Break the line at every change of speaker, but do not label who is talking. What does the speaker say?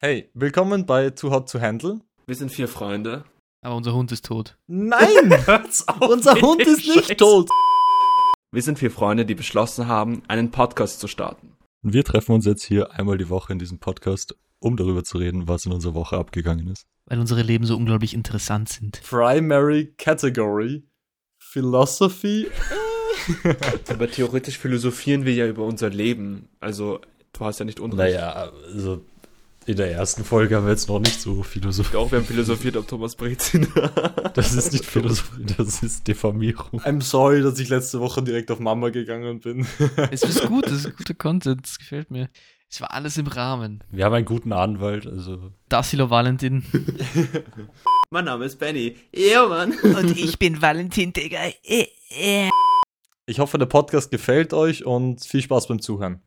Hey, willkommen bei Too Hot to Handle.
Wir sind vier Freunde.
Aber unser Hund ist tot.
Nein!
Hört's auf
unser
mit
Hund
dem
ist nicht
Scheiß.
tot!
Wir sind vier Freunde, die beschlossen haben, einen Podcast zu starten.
Und wir treffen uns jetzt hier einmal die Woche in diesem Podcast, um darüber zu reden, was in unserer Woche abgegangen ist.
Weil unsere Leben so unglaublich interessant sind.
Primary Category Philosophy.
Aber theoretisch philosophieren wir ja über unser Leben. Also, du hast ja nicht Unrecht.
also in der ersten Folge haben wir jetzt noch nicht so Philosophie.
Doch, wir haben philosophiert, ob Thomas Brezin.
Das ist nicht Philosophie, das ist Diffamierung.
I'm sorry, dass ich letzte Woche direkt auf Mama gegangen bin.
Es ist gut, es ist guter Content, es gefällt mir. Es war alles im Rahmen.
Wir haben einen guten Anwalt, also.
Dasilo Valentin.
mein Name ist Benny. Ja, Mann.
Und ich bin Valentin, Digga.
Ich hoffe, der Podcast gefällt euch und viel Spaß beim Zuhören.